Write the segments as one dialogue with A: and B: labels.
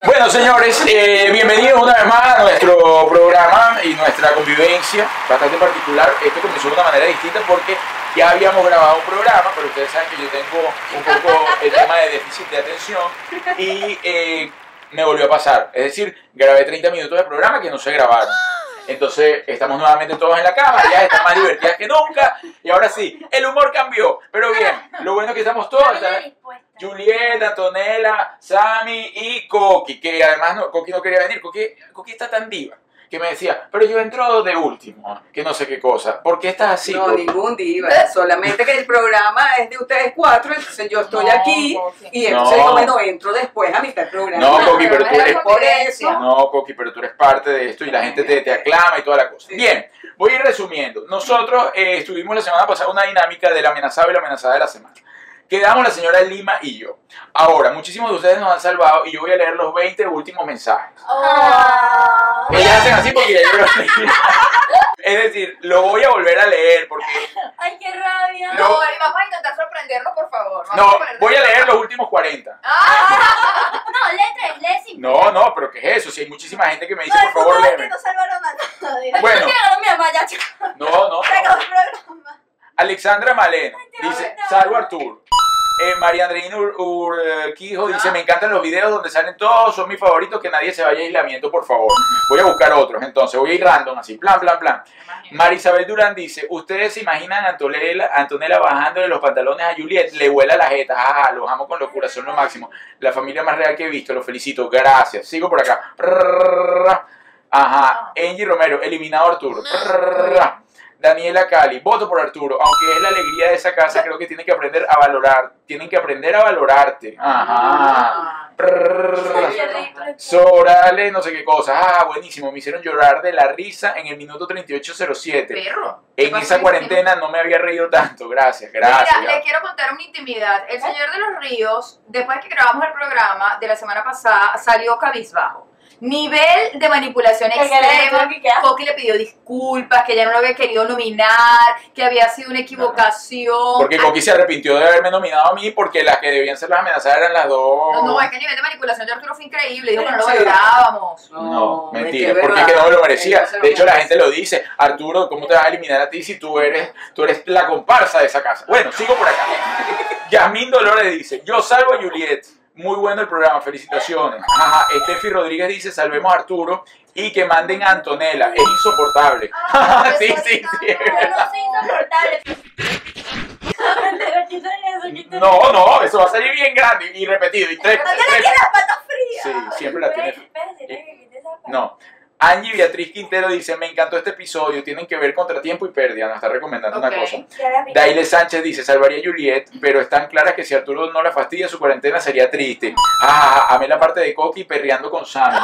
A: Bueno, señores, eh, bienvenidos una vez más a nuestro programa y nuestra convivencia bastante particular. Esto comenzó de una manera distinta porque ya habíamos grabado un programa, pero ustedes saben que yo tengo un poco el tema de déficit de atención y eh, me volvió a pasar. Es decir, grabé 30 minutos de programa que no se grabaron. Entonces, estamos nuevamente todos en la cama, ya están más divertidas que nunca. Y ahora sí, el humor cambió. Pero bien, lo bueno es que estamos todos. ¿sabes? Julieta, Antonella, Sammy y Coqui, que además no, Coqui no quería venir, Coqui, Coqui está tan diva, que me decía, pero yo entro de último, que no sé qué cosa, ¿por qué estás así?
B: No,
A: Coqui?"
B: ningún diva, solamente que el programa es de ustedes cuatro, entonces yo estoy
C: No,
B: aquí
C: Coqui.
B: y entonces
A: No.
B: yo, bueno, entro después a mitad del programa.
A: No, Coqui, pero tú eres-
B: Por eso,
A: No, Coqui, pero tú eres parte de esto y la gente te, te aclama y toda la cosa.
B: Sí.
A: Bien, voy a ir resumiendo. Nosotros eh, estuvimos la semana pasada una dinámica del amenazado y la amenazada de la semana. Quedamos la señora Lima y yo. Ahora, muchísimos de ustedes nos han salvado y yo voy a leer los 20 últimos mensajes.
C: ¡Oh!
A: Ellas hacen así porque ya yo lo leí. Es decir, lo voy a volver a leer porque...
C: ¡Ay, qué rabia!
A: No.
C: No, Ari, vamos a intentar sorprendernos, por favor. Vamos
A: No,
C: a poner-
A: voy a leer los últimos 40.
C: ¡Ah! No, lee tres, lee cinco.
A: No, no, pero ¿qué es eso? Si hay muchísima gente que me dice, por favor, léeme.
C: no salvaron a nadie.
A: Bueno.
C: Mira, mi mamá ya chica,
A: No, no,
C: se
A: no.
C: acabó el programa.
A: Alexandra Malena dice,
C: no.
A: salvo Arturo. Eh, María Andreina Ur- Urquijo dice,
C: Ah.
A: me encantan los videos donde salen todos, son mis favoritos, que nadie se vaya a aislamiento, por favor. Voy a buscar otros, entonces, voy a ir random, así, plan, plan, plan. Marisabel Durán dice, ustedes se imaginan a Antonella, Antonella bajando de los pantalones a Juliet, le vuela la jeta, jaja, los amo con locura, son lo máximo. La familia más real que he visto, los felicito, gracias. Sigo por acá. Prrrra. Ajá, Angie Romero, eliminado Arturo. Prrrra. Daniela Cali, voto por Arturo, aunque es la alegría de esa casa, creo que tienen que aprender a valorar, tienen que aprender a valorarte. Ajá. Prrrra. Sorale, no sé qué cosa. Ah, buenísimo, me hicieron llorar de la risa en el minuto 3807.
C: Perro.
A: En esa cuarentena no me había reído tanto, gracias, gracias.
C: Mira, les quiero contar una intimidad. El señor de los ríos, después que grabamos el programa de la semana pasada, salió cabizbajo. Nivel de manipulación extrema.
D: ah.
C: Coqui le pidió disculpas, que ya no lo había querido nominar, que había sido una equivocación.
A: Porque Coqui se arrepintió de haberme nominado a mí porque las que debían ser las amenazadas eran las dos.
C: No, no, es que el nivel de manipulación de Arturo fue increíble. Dijo que no lo
B: Sí.
C: valorábamos.
A: No, mentira,
B: es que
A: porque es
B: verdad,
A: que no me lo merecía.
B: entonces no
A: De hecho,
B: me
A: la gente lo dice. Arturo, ¿cómo te vas a eliminar a ti si tú eres, tú eres la comparsa de esa casa? Bueno, sigo por acá. Yasmín Dolores dice, yo salvo a Juliet. Muy bueno el programa, felicitaciones. Ajá, Estefi Rodríguez dice, salvemos a Arturo y que manden a Antonella. Es insoportable. Ah, sí, sí, sí. es verdad. No, no, eso va a salir bien grande y repetido. Y tres, tres- Sí, siempre la tiene No. Angie Beatriz Quintero dice, me encantó este episodio, tienen que ver contratiempo y pérdida, nos está recomendando
C: Ok.
A: una cosa. Daile Sánchez dice, salvaría a Juliet, pero están claras que si Arturo no la fastidia, su cuarentena sería triste. Ah, amé la parte de Coqui perreando con Sammy.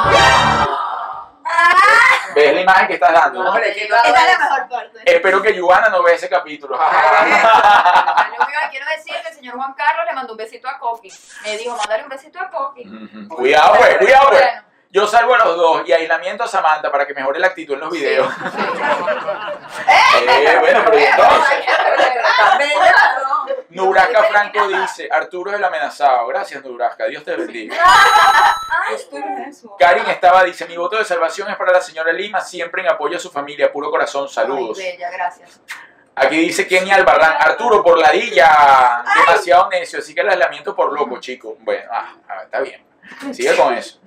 A: ¿Ves la imagen que estás dando?
B: No,
A: no?
B: pero es que no-
C: Esa es la mejor.
A: Espero que Joana no vea ese capítulo.
C: Lo único que quiero decir es que el señor Juan Carlos le mandó un besito a Coqui. Me dijo, mándale un besito a Coqui.
A: Ujú. cuidado, pues, cuidado, pues. Yo salvo a los dos y aislamiento a Samantha para que mejore la actitud en los videos. Eh, bueno, pero entonces.
B: Está bella, perdón.
A: Nurasca Franco dice, Arturo es el amenazado. Gracias, Nurasca. Dios te bendiga. Este,
B: Esto mismo.
A: Karin estaba, dice, mi voto de salvación es para la señora Lima, siempre en apoyo a su familia. Puro corazón, saludos.
C: Ay, bella, gracias.
A: Aquí dice Kenny Albarrán, Arturo, por la ladilla, demasiado necio, así que la lamento por loco, chico. Bueno, ah, ah, está bien, sigue con eso.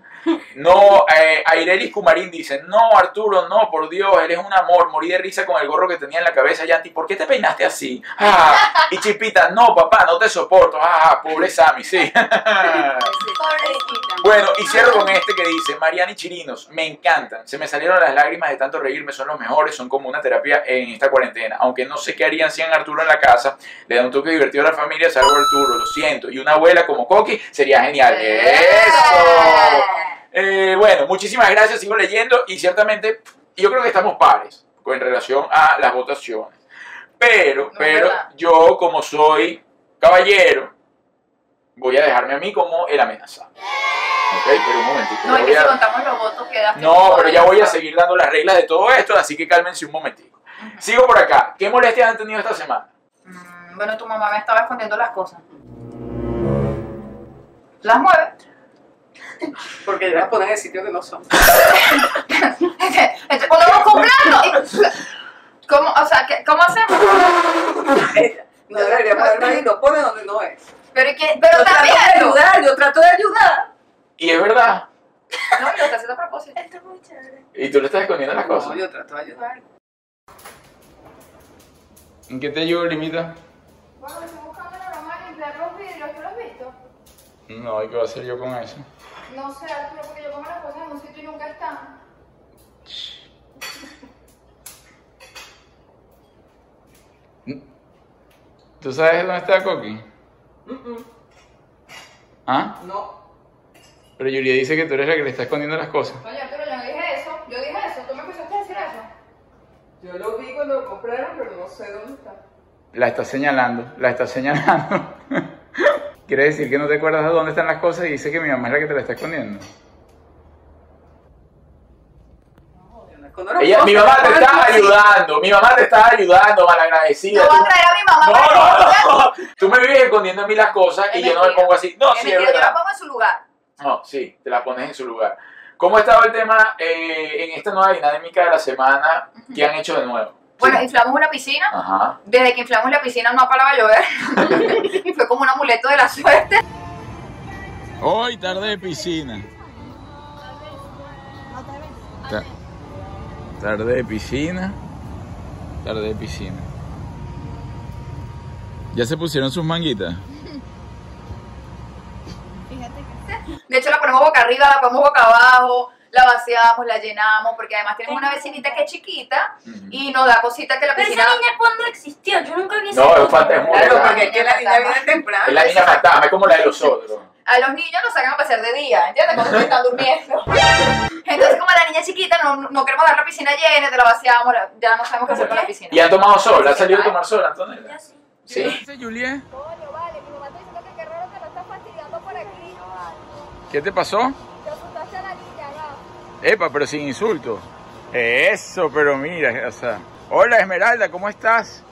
A: No, eh, Airelis Kumarín dice, no, Arturo, no, por Dios, eres un amor, morí de risa con el gorro que tenía en la cabeza, Yanti, ¿por qué te peinaste así? Ah, y Chipita, no, papá, no te soporto, ah, pobre Sammy, sí.
C: Pobrecita.
A: Bueno, y cierro con este que dice, Mariani Chirinos, me encantan, se me salieron las lágrimas de tanto reírme, son los mejores, son como una terapia en esta cuarentena, aunque no sé qué harían sin Arturo en la casa, le da un toque divertido a la familia, salvo Arturo, lo siento, y una abuela como Coqui sería genial. ¡Eso! Eh, bueno, muchísimas gracias, sigo leyendo y ciertamente yo creo que estamos pares en relación a las votaciones. Pero,
C: es
A: pero
C: verdad.
A: yo como soy caballero, voy a dejarme a mí como el amenazado. Ok, pero un momentito.
C: No,
A: yo
C: es
A: voy
C: que si
A: a-
C: contamos los votos que daste.
A: no, pero ya voy a seguir dando las reglas de todo esto, así que cálmense un momentico. Sigo por acá. ¿Qué molestias han tenido esta semana?
C: Mm, Bueno, tu mamá me estaba escondiendo las cosas. Las mueve.
B: Porque ya las ponen en el sitio que no son.
C: Entonces, ¡Lo vamos comprando! ¿Cómo, o sea, ¿qué- ¿cómo hacemos?
B: No debería ponerme ahí, lo pone donde no es.
C: Pero, que, pero
B: yo trato
C: también.
B: de ayudar, yo trato de ayudar.
A: Y es verdad.
C: No, lo está haciendo a propósito.
D: Esto es muy chévere.
A: Y tú le estás escondiendo las cosas.
B: No, yo trato de ayudar.
A: ¿En qué te ayudo, Limita?
D: Bueno, estoy buscando la broma de limpiar los vidrios, ¿tú lo has visto?
A: No, ¿y qué voy a hacer yo con eso?
D: No sé, Arturo, porque yo pongo las cosas en un sitio y nunca están.
A: ¿Tú sabes dónde está Coqui? ¿Ah?
B: No.
A: Pero Yuria dice que tú eres la que le está escondiendo las cosas.
D: Oye, Arturo, yo no dije eso. Yo dije eso. ¿Tú me escuchaste decir eso?
B: Yo lo vi cuando lo compraron, pero no sé dónde está.
A: La está señalando, la está señalando. Quiere decir que no te acuerdas de dónde están las cosas y dice que mi mamá es la que te la está escondiendo.
B: Cuando lo
A: Ella- mi
B: compran,
A: mamá te
B: cuando
A: está
B: lo-
A: ayudando, mi mamá te está ayudando,
C: No
A: malagradecida.
C: va
A: Tú-
C: a traer a mi mamá
A: No,
C: para que me
A: no, no. Tú me vives escondiendo a mí las cosas y
C: Es
A: yo no me
C: mentira.
A: pongo así. No,
C: Es
A: sí, es
C: mentira, yo la
A: verdad.
C: pongo en su lugar.
A: No, sí, te la pones en su lugar. ¿Cómo ha estado el tema eh, en esta nueva dinámica de la semana? ¿Qué han hecho de nuevo?
C: Bueno,
A: Sí.
C: inflamos una piscina.
A: Ajá.
C: Desde que inflamos la piscina no ha parado de llover. Fue como un amuleto de la suerte.
A: Hoy tarde de piscina. Ta- tarde de piscina. Tarde de piscina. ¿Ya se pusieron sus manguitas?
C: De hecho, la ponemos boca arriba, la ponemos boca abajo, la vaciamos, la llenamos, porque además tenemos una vecinita que es chiquita y nos da cosita que la
D: Pero
C: piscina.
D: esa niña, ¿cuándo existió? Yo nunca vi esa
A: No, es
D: niña.
A: fantasma.
B: Claro, porque es que la niña viene temprano.
A: Es la niña fantasma, es como la de los otros.
C: A los niños los sacan a pasear de día, ¿entiendes? Cuando están durmiendo. Entonces, como la niña es chiquita, no, no queremos dar la piscina llena, te la vaciamos, la- ya no sabemos qué hacer con la piscina.
A: ¿Y han tomado sol? ¿Ha salido a tomar sol, Antonella?
D: Ya sí.
A: Sí.
E: Coño, vale, mi mamá está diciendo que qué raro que lo estás fastidiando por aquí.
A: ¿Qué te pasó?
E: Te asustaste a la niña, ya.
A: Epa, pero sin insultos. Eso, pero mira, o sea. Hola Esmeralda, ¿cómo estás?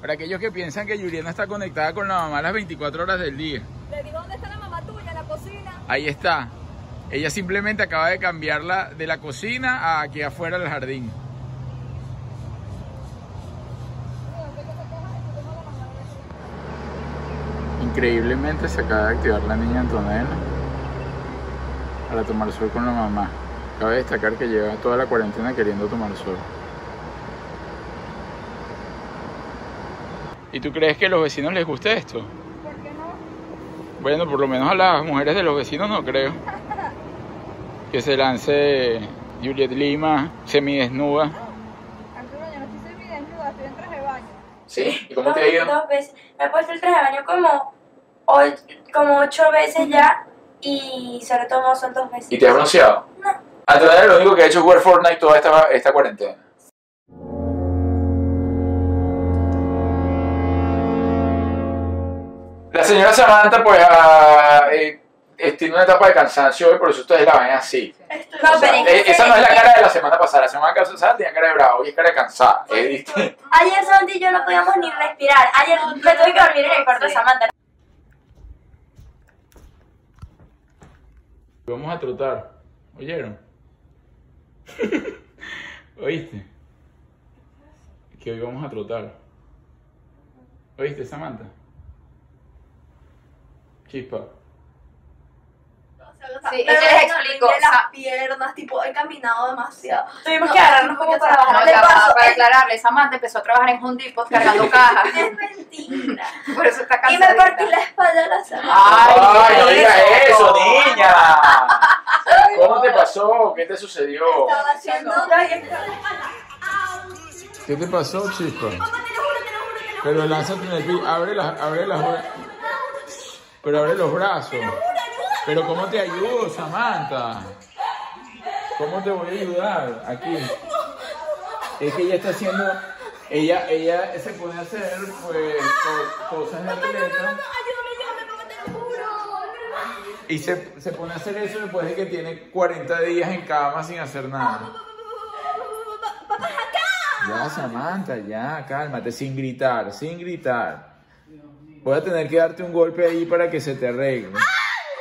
A: Para aquellos que piensan que Juliana está conectada con la mamá las 24 horas del día.
E: Le digo, ¿dónde está la mamá tuya? En la cocina.
A: Ahí está. Ella simplemente acaba de cambiarla de la cocina a aquí afuera al jardín. Increíblemente se acaba de activar la niña Antonella para tomar sol con la mamá. Cabe destacar que lleva toda la cuarentena queriendo tomar sol. ¿Y tú crees que a los vecinos les guste esto?
E: ¿Por qué no?
A: Bueno, por lo menos a las mujeres de los vecinos no creo. Que se lance Juliet Lima semidesnuda.
E: Arturo, yo no estoy semidesnuda, estoy en traje de baño.
A: Sí, ¿y
D: Dos- Dos veces. Me he puesto el traje de baño como, o- como ocho veces ya y solo tomo son dos veces.
A: ¿Y te has bronceado?
D: No.
A: Antonella lo único que ha hecho es jugar Fortnite toda esta, esta cuarentena. La señora Samantha, pues, ah, eh, eh, tiene una etapa de cansancio hoy, por eso ustedes la ven así.
D: Estoy- No,
A: O sea,
D: pero
A: eh,
D: es que
A: esa
D: se-
A: no es la cara de la semana pasada. La semana pasada tenía cara de bravo y es cara de cansada. Es distinto.
D: Ayer Santi y yo no podíamos ni respirar. Ayer me tuve que dormir en el cuarto de Samantha.
A: Vamos a trotar. ¿Oyeron? ¿Oíste? Que hoy vamos a trotar. ¿Oíste, Samantha? Chispa.
C: Sí, ella les explicó. sa-
F: piernas, tipo, he caminado demasiado.
D: Tuvimos que agarrarnos como para
C: No,
D: bajar el
C: ya va,
D: paso.
C: para aclararle, Samantha empezó a trabajar en Home Depot cargando cajas.
D: Es mentira.
C: Por eso está
D: Y me
C: cansada.
D: partí la espalda a la Samantha.
A: ¡Ay,
C: Ay,
A: no
C: no
A: digas eso,
C: eso,
A: niña! ¿Cómo te pasó? ¿Qué te sucedió?
F: Estaba haciendo.
A: ¿Qué te pasó, Chispa? Pero lánzate en el piso. Abre las, abre las Pero abre los brazos. Pero ¿cómo te ayudo, Samantha? ¿Cómo te voy a ayudar aquí? Es que ella está haciendo... Ella, ella se pone a hacer pues, co- cosas de atleta y se, se pone a hacer eso después de que tiene 40 días en cama sin hacer nada. Ya, Samantha, ya, cálmate, sin gritar, sin gritar. Voy a tener que darte un golpe ahí para que se te arregle.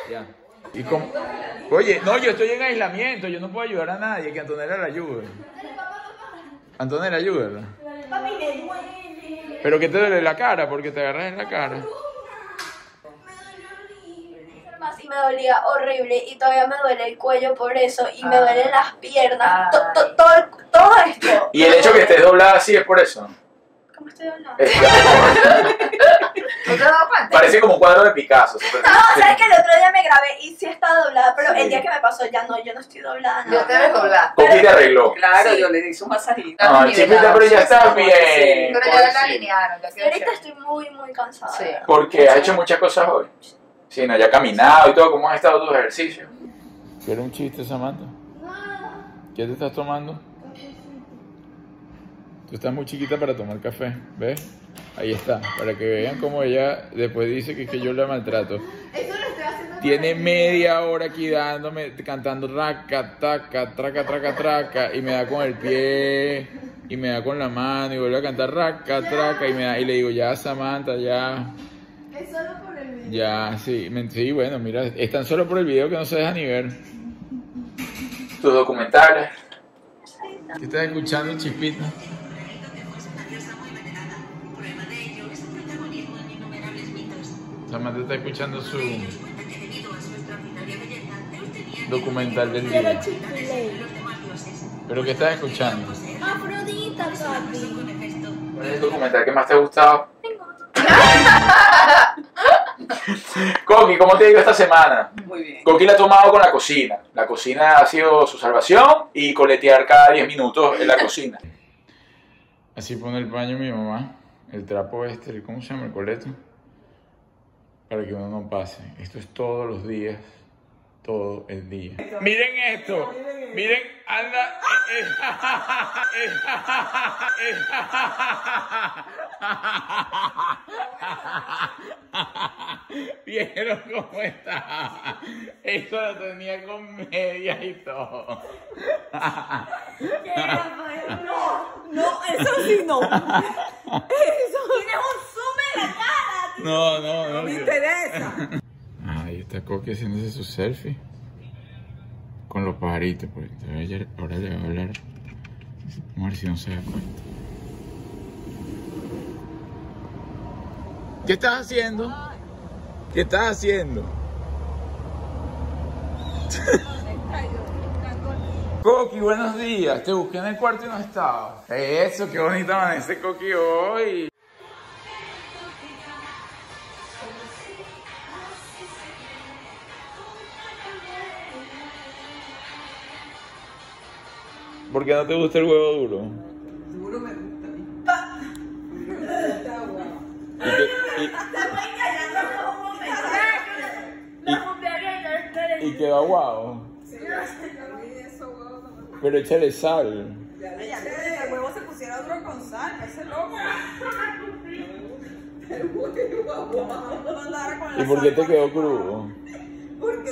A: Ya. ¿Y cómo? Oye, no, yo estoy en aislamiento, yo no puedo ayudar a nadie, que Antonella la ayude. Antonella, ayúdala. Pero que te duele la cara, porque te agarras en la cara.
F: Más y me dolía horrible y todavía me duele el cuello por eso y me
D: Ah.
F: duelen las piernas, to- to- todo, el- todo esto.
A: Y el hecho que estés doblada así es por eso.
F: ¿Cómo estoy hablando?
C: ¿No te has dado cuenta?
A: Parece como un cuadro de Picasso.
F: No, Ah, sabes que el otro día me grabé y sí estaba doblada, pero
A: Sí.
F: el día que me pasó ya no, yo no estoy doblada.
C: Yo
F: nada.
C: te desdoblá.
A: Coqui te arregló.
B: Claro, yo le hice un masajito.
C: Estamos
A: Ay, chiquita,
C: nivelados,
A: pero ya
C: sí,
A: está
C: estamos
A: bien. Eh,
C: así. Pero ya la
A: Pobrecita.
C: alinearon, ya
F: Y
C: quedó
F: ahorita
C: chévere.
F: estoy muy, muy cansada.
C: Sí.
A: Porque ha hecho muchas cosas hoy. Sí, no, ya ha caminado y todo. ¿Cómo han estado tus ejercicios? ¿Era un chiste, Samantha? ¿Qué te estás tomando? Tú estás muy chiquita para tomar café, ¿ves? Ahí está, para que vean cómo ella después dice que, es que yo la maltrato. Tiene media hora aquí dándome, cantando raca, taca, traca, traca, traca, y me da con el pie, y me da con la mano, y vuelve a cantar raca, traca, y, me da- y le digo, ya Samantha, ya. Ya, sí, men- sí, bueno, mira, es tan solo por el video que no se deja ni ver. Tus documentales. ¿Qué estás escuchando, Chispita? Samantha está escuchando su documental del día. ¿Pero qué estás escuchando?
E: Afrodita, papi.
A: ¿Cuál es el documental que más te ha gustado? Coqui, ¿cómo te ha ido esta semana?
B: Muy bien.
A: Coqui la ha tomado con la cocina. La cocina ha sido su salvación y coletear cada 10 minutos en la cocina. Así pone el paño mi mamá, el trapo este, el- ¿cómo se llama? El coleto. Para que uno no pase. Esto es todos los días, todo el día. Miren esto, miren, anda. ¿Vieron cómo está? Eso lo tenía con medias y todo. pues? No, no, no. Me interesa. Ahí está Coqui haciéndose su selfie. Con los pajaritos, porque todavía ya- ahora le va a hablar. Vamos a ver si no se da cuenta. ¿Qué estás haciendo? ¿Qué estás haciendo? Coqui, buenos días. Te busqué en el cuarto y no estaba. Eso, qué bonito amanece Coqui hoy. ¿Por qué no te gusta el huevo duro? Duro me gusta a mí. Y queda guau. Pero échale sal.
G: El huevo se pusiera otro con sal, ese loco. El huevo, guau, guau. No andara con
A: ¿Y
G: la
A: por qué
G: sal
A: te
G: por
A: quedó
G: el lado.
A: crudo?
G: Porque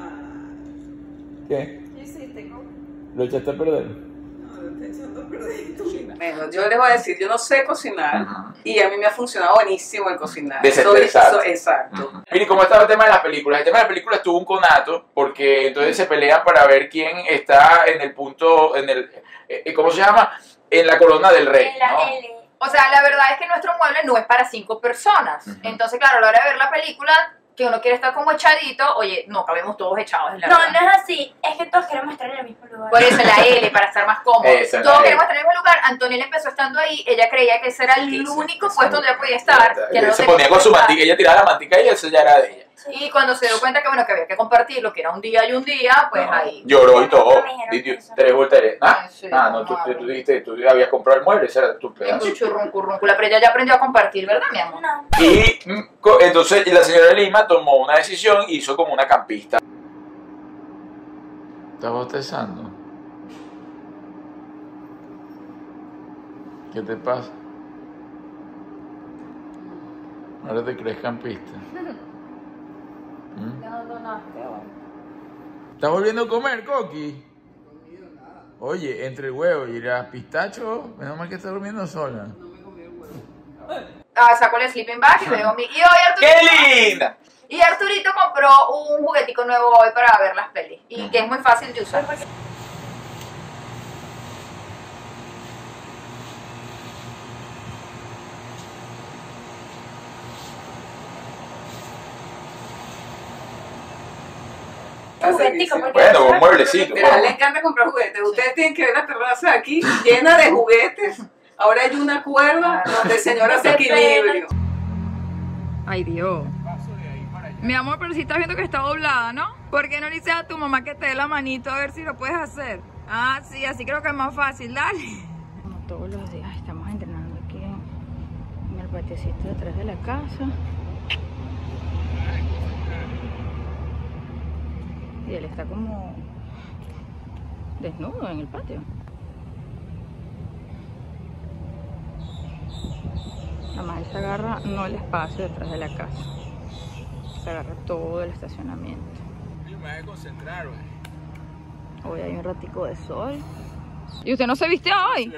A: Ah. ¿Qué?
G: ¿Qué hiciste, Coco?
A: ¿Lo echaste a perder?
G: No, lo estoy echando perdido.
B: Bueno, yo les voy a decir, yo no sé cocinar
A: Ujú.
B: y a mí me ha funcionado buenísimo el cocinar.
A: Desestresarte.
B: Soy- so- exacto.
A: Ujú. Miren, ¿cómo estaba el tema de las películas? El tema de las películas tuvo un conato, porque entonces se pelean para ver quién está en el punto, en el, eh, eh, ¿cómo se llama? En la corona del rey,
D: en la
A: ¿no?
D: L.
C: O sea, la verdad es que nuestro mueble no es para cinco personas.
A: Ujú.
C: Entonces, claro, a la hora de ver la película, que uno quiere estar como echadito, oye, no cabemos todos echados en la
D: No,
C: verdad.
D: no es así. Es que todos queremos estar en el mismo lugar.
C: Por eso la L, para estar más cómodo.
A: Esa, la
C: Todos
A: L.
C: queremos estar en el mismo lugar. Antonella empezó estando ahí. Ella creía que ese era el
A: Sí, sí,
C: único
A: sí.
C: puesto donde ella podía estar. que no
A: se
C: tenía
A: ponía con
C: que
A: su
C: estar.
A: mantica, ella tiraba la mantica y eso ya era de ella.
C: Y cuando se dio cuenta que bueno que había que compartirlo, que era un día y un día, pues
A: No,
C: ahí.
A: Lloró y todo.
D: No me dijeron
A: Y dio
D: eso.
A: tres volteretas. Ah,
C: Ay, sí,
A: ah, no, tú,
C: mamá.
A: tú, tú dijiste, tú habías comprado el mueble, ese era tu pedazo.
C: Churruncurruncula, pero ella ya aprendió a compartir, ¿verdad, mi amor?
D: No.
A: Y mm, co- entonces la señora Lima tomó una decisión y hizo como una campista. ¿Estás bostezando? ¿Qué te pasa? Ahora te crees campista. ¿Mm? ¿Estás volviendo a comer, Coqui? Oye, entre el huevo y las pistachos, menos mal que estás durmiendo sola.
C: Ah, saco el sleeping bag y veo mi. Y hoy
A: ¡Qué
C: Arturito,
A: linda!
C: y Arturito compró un juguetico nuevo hoy para ver las pelis. Y que es muy fácil de usar.
D: Un juguetico, porque
A: Bueno,
D: no
A: un
D: se-
A: mueblecito.
B: Pero a él le encanta comprar juguetes. Ustedes tienen que ver la terraza aquí llena de juguetes. Ahora hay una cuerda donde el señor hace equilibrio.
H: Ay, Dios. Mi amor, pero si estás viendo que está doblada, ¿no? ¿Por qué no le dices a tu mamá que te dé la manito a ver si lo puedes hacer? Ah, sí, así creo que es más fácil, dale. Como todos los días estamos entrenando aquí en el patiocito detrás de la casa. Y él está como desnudo en el patio. Además, él se agarra no el espacio detrás de la casa, se agarra todo el estacionamiento. Hoy hay un ratico de sol. ¿Y usted no se vistió hoy?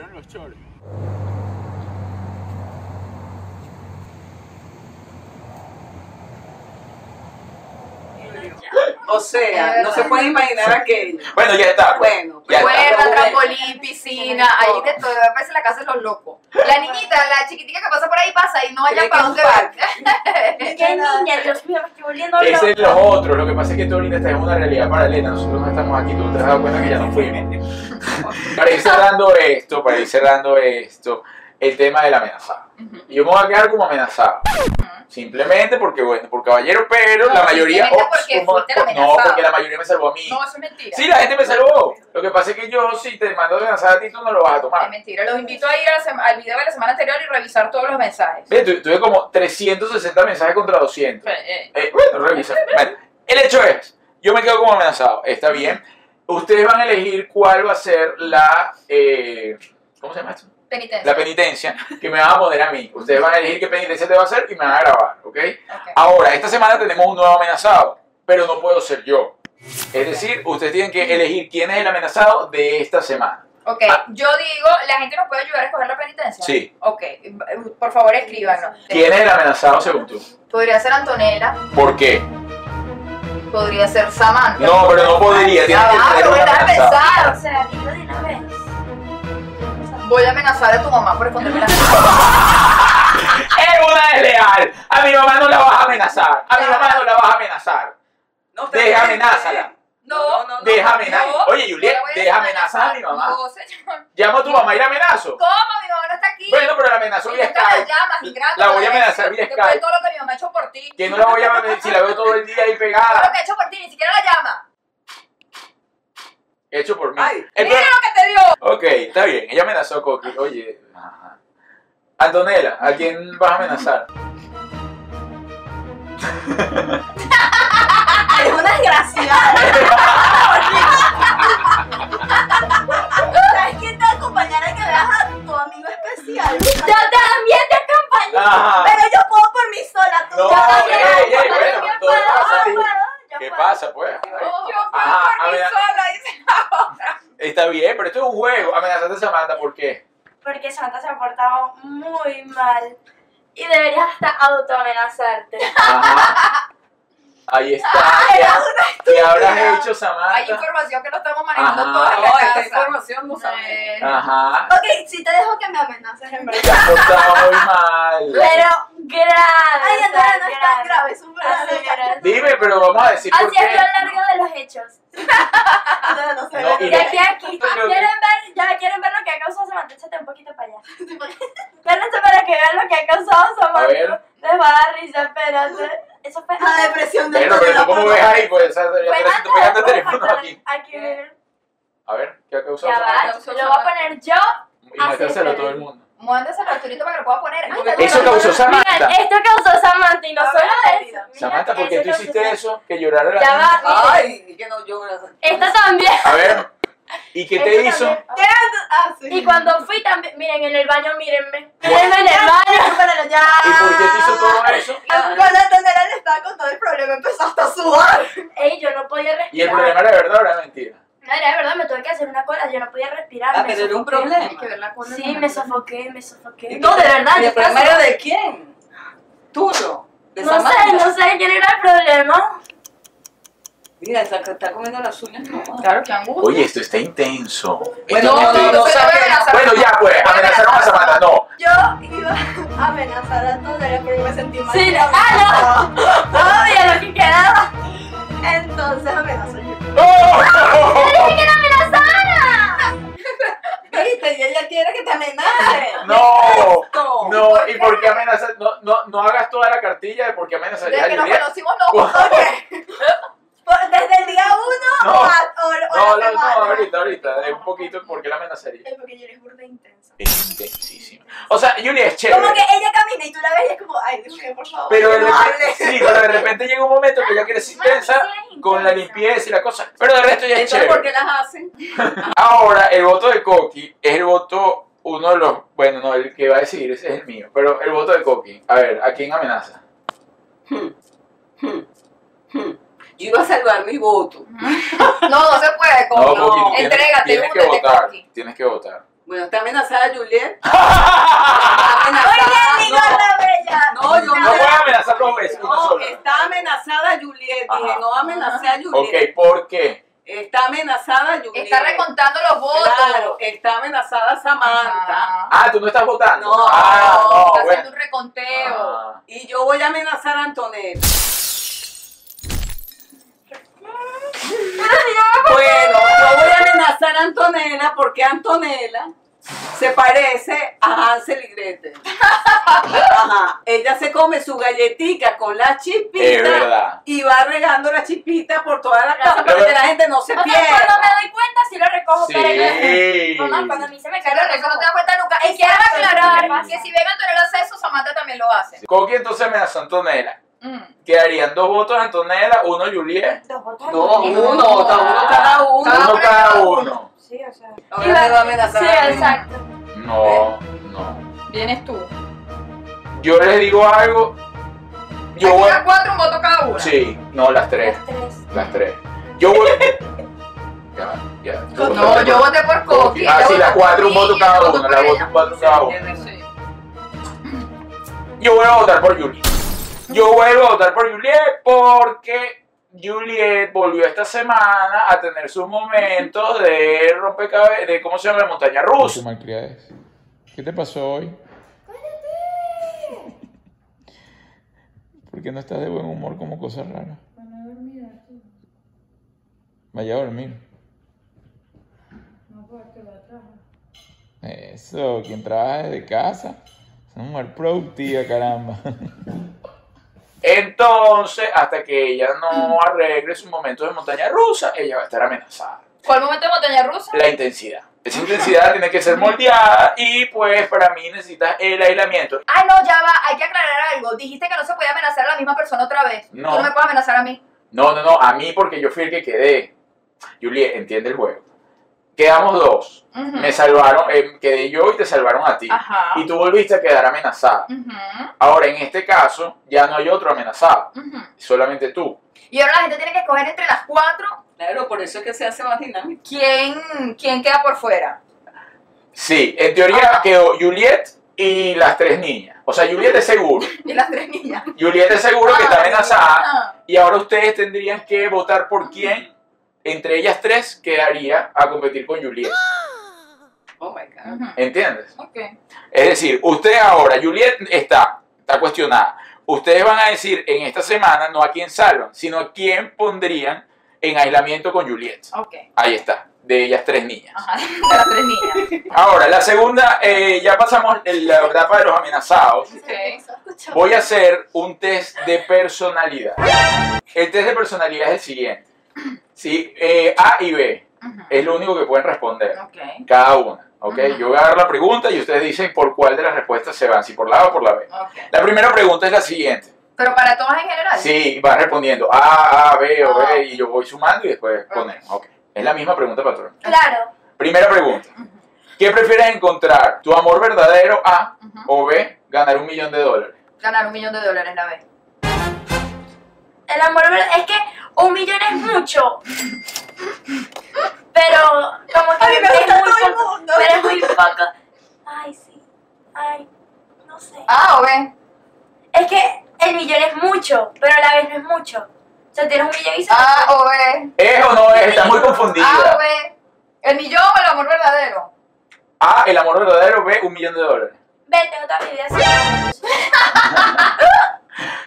B: O sea, no se puede imaginar aquello.
A: Bueno, ya está. pues.
B: Bueno,
A: Ya está.
C: Cuerda,
B: Bueno.
C: trampolín, piscina, ahí de todo. Parece la casa de los locos. La niñita, la chiquitica que pasa por ahí, pasa y no haya
B: Cree que
C: para
B: es
C: dónde
B: un
C: ver.
D: Qué niña, Dios mío, me estoy volviendo
A: Ese
D: loca.
A: es los otros. Lo que pasa es que tú ahorita estás en una realidad paralela. Nosotros no estamos aquí. Tú te has dado cuenta que ya no fuimos. Para ir cerrando esto, para ir cerrando esto, el tema del amenazado. Yo me voy a quedar como amenazado. Simplemente porque, bueno, por caballero, pero
C: No,
A: la mayoría. oh,
C: simplemente porque
A: como-
C: fuiste el
A: no,
C: amenazado.
A: porque la mayoría me salvó a mí.
C: No, eso es mentira.
A: Sí, la gente me salvó. Lo que pasa es que yo, si te mando de amenazada a ti, tú no lo vas a
C: Es
A: tomar.
C: mentira. Los invito a ir a la sema- al video de la semana anterior y revisar todos los mensajes.
A: Ve, tu- Tuve como 360 mensajes contra 200.
C: Eh, eh,
A: Eh, bueno, revisa. Bueno, el hecho es, yo me quedo como amenazado, está bien. Ustedes van a elegir cuál va a ser la... eh, ¿Cómo se llama esto?
C: Penitencia.
A: La penitencia que me van a poner a mí. Ustedes van a elegir qué penitencia te va a hacer y me van a grabar, ¿ok?
C: Ok.
A: Ahora, esta semana tenemos un nuevo amenazado, pero no puedo ser yo. Es decir, ustedes tienen que elegir quién es el amenazado de esta semana.
C: Ok,
A: Ah.
C: yo digo, la gente nos puede ayudar a escoger la penitencia.
A: Sí.
C: Ok, por favor escríbanos.
A: ¿Quién es el amenazado según tú?
C: Podría ser Antonella,
A: ¿Por qué?
C: podría ser Samantha.
A: No, pero no podría, tienes que
C: Ah,
A: tener
C: pero
A: un
C: estás
A: amenazado.
C: pensado.
D: O sea, digo de una vez.
C: Voy a amenazar a tu mamá por esconderme la
A: Es una desleal. A mi mamá no la vas a amenazar. A mi mamá no la vas a amenazar.
B: No, está
A: Deja
B: bien.
A: amenázala.
C: No,
B: no, no.
A: Deja
C: No,
A: amenazar. Oye, Juliet,
C: no la voy
A: deja
C: amenazar.
A: amenazar a mi mamá.
C: No, señor.
A: Llamo a tu mamá y la amenazo.
C: ¿Cómo? Mi mamá no está aquí.
A: Bueno, pero la amenazo
C: Y
A: vía
C: nunca la
A: Skype.
C: llamas, mi gran
A: La voy a
C: madre.
A: amenazar vía
C: Después de
A: Skype.
C: todo lo que mi mamá ha hecho por ti.
A: Que no la voy a amenazar si la veo todo el día ahí
C: Todo lo
A: pegada.
C: que ha hecho por ti, ni siquiera la llama.
A: Hecho por mí.
B: Ay,
A: El
C: Mira
A: pro-
C: lo que te dio.
A: Ok, está bien. Ella amenazó a Coqui. Oye. ajá. Antonella, ¿a quién vas a amenazar?
D: Es una desgraciada.
F: ¿Sabes quién te acompañará que veas a tu amigo especial?
D: Yo también te acompañé.
A: Ajá.
F: Pero yo puedo por mí sola, tú
A: No,
F: ya
A: ey, ey, bueno, todo pasa.
F: puedo,
A: ¿Qué
F: yo
A: pasa, pues?
C: Yo puedo
A: Ajá,
C: por mí
A: amena-
C: sola
A: juego. Amenazaste a Samantha, ¿por qué?
D: porque Santa se ha portado muy mal. Y deberías hasta autoamenazarte.
A: Ajá. Ahí está. ¿Qué, ha- qué habrás hecho,
C: Hay
A: Samantha?
C: información que no estamos manejando
A: Ajá.
C: todos en
B: No, esta
C: la casa.
B: información no sabemos.
C: Eh,
A: Ajá.
F: Ok, sí te dejo que me amenaces en verdad.
A: Te has portado muy mal.
D: Pero grave.
F: Ay,
D: o sea,
F: Andrea, no es tan grave, es un
D: Así,
F: verdadero grave.
A: Dime, pero vamos a decir por
D: Así es
A: qué.
D: lo largo de los hechos.
F: No, no se
A: No,
F: ve.
A: y
D: De aquí a aquí.
A: Pero-
D: ¿Quieren ver, ya quieren ver lo que ha causado Samantha? Échate un poquito para allá. Espérense para que vean lo que ha causado Samantha.
A: A ver.
D: Les va a dar risa, espérate. Eso fue...
F: La depresión del
A: Bueno, pero tú cómo ves ahí, pues, ya te
D: Fue
A: la
D: antes
A: siento pegando el
D: de-
A: teléfono aquí.
D: Aquí, miren.
A: A ver, ¿qué ha causado
D: Ya va,
C: Samantha.
D: lo voy a poner yo.
A: Y muéstraselo a
D: Así,
A: todo el mundo.
C: Mándaselo a Arturito para que lo pueda poner. Ay,
B: Porque
C: está
A: Eso
C: bueno.
A: causó
D: Miren,
A: Samantha.
D: esto causó Samantha y no
B: A
D: solo
B: ver,
D: eso. Mira,
A: Samantha, ¿por qué
D: eso
A: tú
D: causó
A: hiciste
D: Samantha.
A: eso? Que llorara la
D: Ya
A: niña.
D: va, miren.
B: Ay, que no lloras.
D: Esta también.
A: A ver, ¿y qué te
D: Esta
A: hizo?
D: también. Y cuando fui también, miren, en el baño, mírenme. Mírenme en el baño.
F: Supéralo ya.
A: ¿Y por qué te hizo todo
D: Ah.
A: eso?
F: Cuando Andrea le estaba con todo el problema, empezó hasta a sudar.
D: Ey, yo no podía respirar.
A: ¿Y el problema era verdad o era mentira?
D: No, era de verdad, me tuve que hacer una cola, yo no podía respirar.
B: Ah,
D: me
B: pero era un
D: sofoqué.
B: problema.
C: Hay que ver la cola
D: Sí,
C: en la
D: me
C: cola.
D: sofoqué, me sofoqué.
B: ¿Y
D: No, de verdad,
B: ¿Y
D: yo
B: el
D: estaba
B: problema era
D: sofoqué.
B: de quién? ¿Tuyo? ¿De
D: No sé, no sé quién era el problema.
B: Mira, está, está comiendo las uñas. No,
C: Claro, qué angustia.
A: Oye, esto está intenso.
B: Bueno, no, no, no,
C: se lo voy a
B: sabe.
C: amenazar.
A: Bueno, ya pues, amenazaron a Samantha. No,
F: Yo iba a amenazar a Andrea porque me sentí mal.
D: Sí, no, ah, no. Todavía lo que quedaba.
F: Entonces amenazó yo.
D: ¡Yo dije que era amenazada!
F: Viste, y ella quiere que te amenace.
A: no, no. ¿Y por qué amenazas? No, no, no hagas toda la cartilla de por qué amenazarías a
C: Desde que nos
A: Juliet.
C: conocimos, no.
F: Ok. Por- Desde el día uno
A: No.
F: o, a, o, o
A: No,
F: la
A: no, no,
F: semana.
A: ahorita, ahorita. De un poquito por qué la amenazaría.
F: Eh, Porque yo eres burda intensa.
A: Intensísima. O sea, Juliet es chévere.
F: Como que ella camina y tú la ves y es como, ay, Dios mío, por favor.
A: Pero de
F: no
A: repente,
F: hables.
A: sí, pero de repente llega un momento que ya quieres
D: Mami, sí
A: intensa
D: eres
A: con la
D: intensa.
A: limpieza y la cosa. Pero de resto ya es
B: Entonces, ¿por
A: chévere.
B: qué las hacen?
A: Ahora, el voto de Coqui es el voto, uno de los, bueno, no, el que va a decidir ese es el mío, pero el voto de Coqui. A ver, ¿a quién amenaza?
B: Yo iba a salvar mi voto.
C: No, no se puede,
A: No,
B: Oh,
C: Coqui.
A: Coqui, tú tienes,
C: Entrégate,
A: tienes que
C: húndete,
A: votar.
C: Coqui.
A: Tienes que votar.
B: Bueno, está amenazada Juliet. Está
C: Ah,
B: amenazada.
F: Muy bien, mi gorda bella.
B: No, no, yo
A: No voy a amenazar dos veces, una
B: No,
A: sola.
B: está amenazada Juliet. Dije,
A: Ajá.
B: no amenacé a Juliet.
A: Ok, ¿por qué?
B: Está amenazada Juliet.
C: Está recontando los votos.
B: Claro, está amenazada Samantha.
C: Ajá.
A: Ah, tú no estás votando.
B: No,
A: ah, no,
C: Está
A: bueno.
C: haciendo un reconteo.
A: Ah.
B: Y yo voy a amenazar a Antonella. Bueno, yo voy a amenazar a Antonella porque Antonella se parece a Hansel y Gretel. Ajá. Ella se come su galletica con la
A: Es verdad.
B: chispita y va regando la chispita por toda la casa
A: Pero-
B: para que la gente no se
D: O sea, cuando
B: pierda.
D: me doy cuenta, sí lo recojo,
A: Sí.
D: pero yo- Mamá, cuando a mí se me cae
C: Claro,
D: lo
C: eso no
D: recojo.
C: te das cuenta nunca. Y quiero
D: Exacto, ¿qué
C: aclarar
D: pasa?
C: que si Vega Antonella hace eso, Samantha también lo hace.
A: Coqui entonces amenazó a Antonella.
C: Mm.
A: Quedarían dos votos a Antonella, uno a Juliet,
D: Dos botones.
B: No, uno, está uno cada uno.
A: uno
C: Ah, pero
A: cada
C: cada
A: uno.
D: Sí, o sea.
B: Ahora me va a amenazar.
D: Sí,
B: a mí.
D: exacto.
A: No,
B: Eh.
A: no.
C: Vienes tú.
A: Yo les digo algo. Yo
C: Aquí
A: voy.
C: las cuatro, un voto cada una.
A: Sí, no, las tres.
D: Los tres.
A: Las tres. Yo voy. ya, ya. tú
C: No,
A: votaste
C: yo
A: por-
C: voté por Coqui.
A: Ah,
C: ella
A: sí,
C: votó
A: las
C: por
A: cuatro, un
C: mí,
A: voto
C: ella
A: cada
C: votó
A: uno.
C: por
A: Las
C: ella.
A: voto cuatro cada uno.
C: Sí.
A: Yo voy a votar por Juliet. Yo vuelvo a votar por Juliet porque Juliet volvió esta semana a tener sus momentos de rompecabezas, de cómo se llama la montaña rusa. ¿Qué te pasó hoy? ¿Por qué no estás de buen humor como cosa rara? Vaya a dormir. Eso, quien trabaja desde casa. Es una mujer productiva, caramba. Entonces, hasta que ella no arregle su momento de montaña rusa, ella va a estar amenazada.
C: ¿Cuál momento de montaña rusa?
A: La intensidad. Esa intensidad tiene que ser moldeada y pues para mí necesitas el aislamiento.
C: Ay, Ah, no, ya va, hay que aclarar algo. Dijiste que no se podía amenazar a la misma persona otra vez.
A: No.
C: Tú no me puedes amenazar a mí.
A: No, no, no, a mí porque yo fui el que quedé. Juliet, entiende el juego. Quedamos dos.
C: Ujú.
A: Me salvaron, eh, quedé yo y te salvaron a ti.
C: Ajá.
A: Y tú volviste a quedar amenazada.
C: Ujú,
A: Ahora, en este caso, ya no hay otro amenazado,
C: ujú.
A: solamente tú.
C: Y ahora la gente tiene que escoger entre las cuatro
B: Claro, por eso es que se hace más dinámico.
C: quién, quién queda por fuera.
A: Sí, en teoría
C: Ah.
A: quedó Juliet y las tres niñas. O sea, Juliet es seguro.
C: Y las tres niñas.
A: Juliet es seguro que está
C: Ay,
A: amenazada.
C: no.
A: Y ahora ustedes tendrían que votar por quién entre ellas tres quedaría a competir con Juliet.
B: Oh my God.
C: Ujú.
A: ¿Entiendes?
C: Ok.
A: Es decir, ustedes ahora, Juliet está, está cuestionada. Ustedes van a decir en esta semana no a quién salvan, sino a quién pondrían en aislamiento con Juliet.
C: Ok.
A: Ahí está, de ellas tres niñas.
C: Ajá. De las tres niñas.
A: Ahora, la segunda, eh, ya pasamos en la etapa de los amenazados.
C: Ok.
A: Voy a hacer un test de personalidad. El test de personalidad es el siguiente. ¿sí? Eh, a y B
C: Ujú.
A: es lo único que pueden responder,
C: Ok.
A: cada una. ¿ok?
C: Ujú.
A: Yo voy a dar la pregunta y ustedes dicen por cuál de las respuestas se van, si por la A o por la B.
C: Ok.
A: La primera pregunta es la siguiente.
C: Pero para todas en general.
A: Sí, van respondiendo A, A, B o
C: Ah.
A: B y yo voy sumando y después ponemos. ok. Es la misma pregunta para todos.
F: Claro,
A: Primera pregunta. ¿Qué prefieres encontrar? ¿Tu amor verdadero A
C: Ujú.
A: o B? Ganar un millón de dólares.
C: Ganar un millón de dólares la vez.
D: El amor ver- es que un millón es mucho. Pero como que es muy poco.
C: mundo.
D: Pero es muy poco. Ay, sí. Ay, no sé.
C: Ah, o ve.
D: Es que el millón es mucho, pero a la vez no es mucho. O sea, tienes un millón y se
C: Ah, o ve.
A: ¿Es o no es? Estás muy
C: Ah, o
A: confundida.
C: ve. El millón o el amor verdadero.
A: A, el amor verdadero, B, un millón de dólares.
D: Ven, tengo toda mi vida así.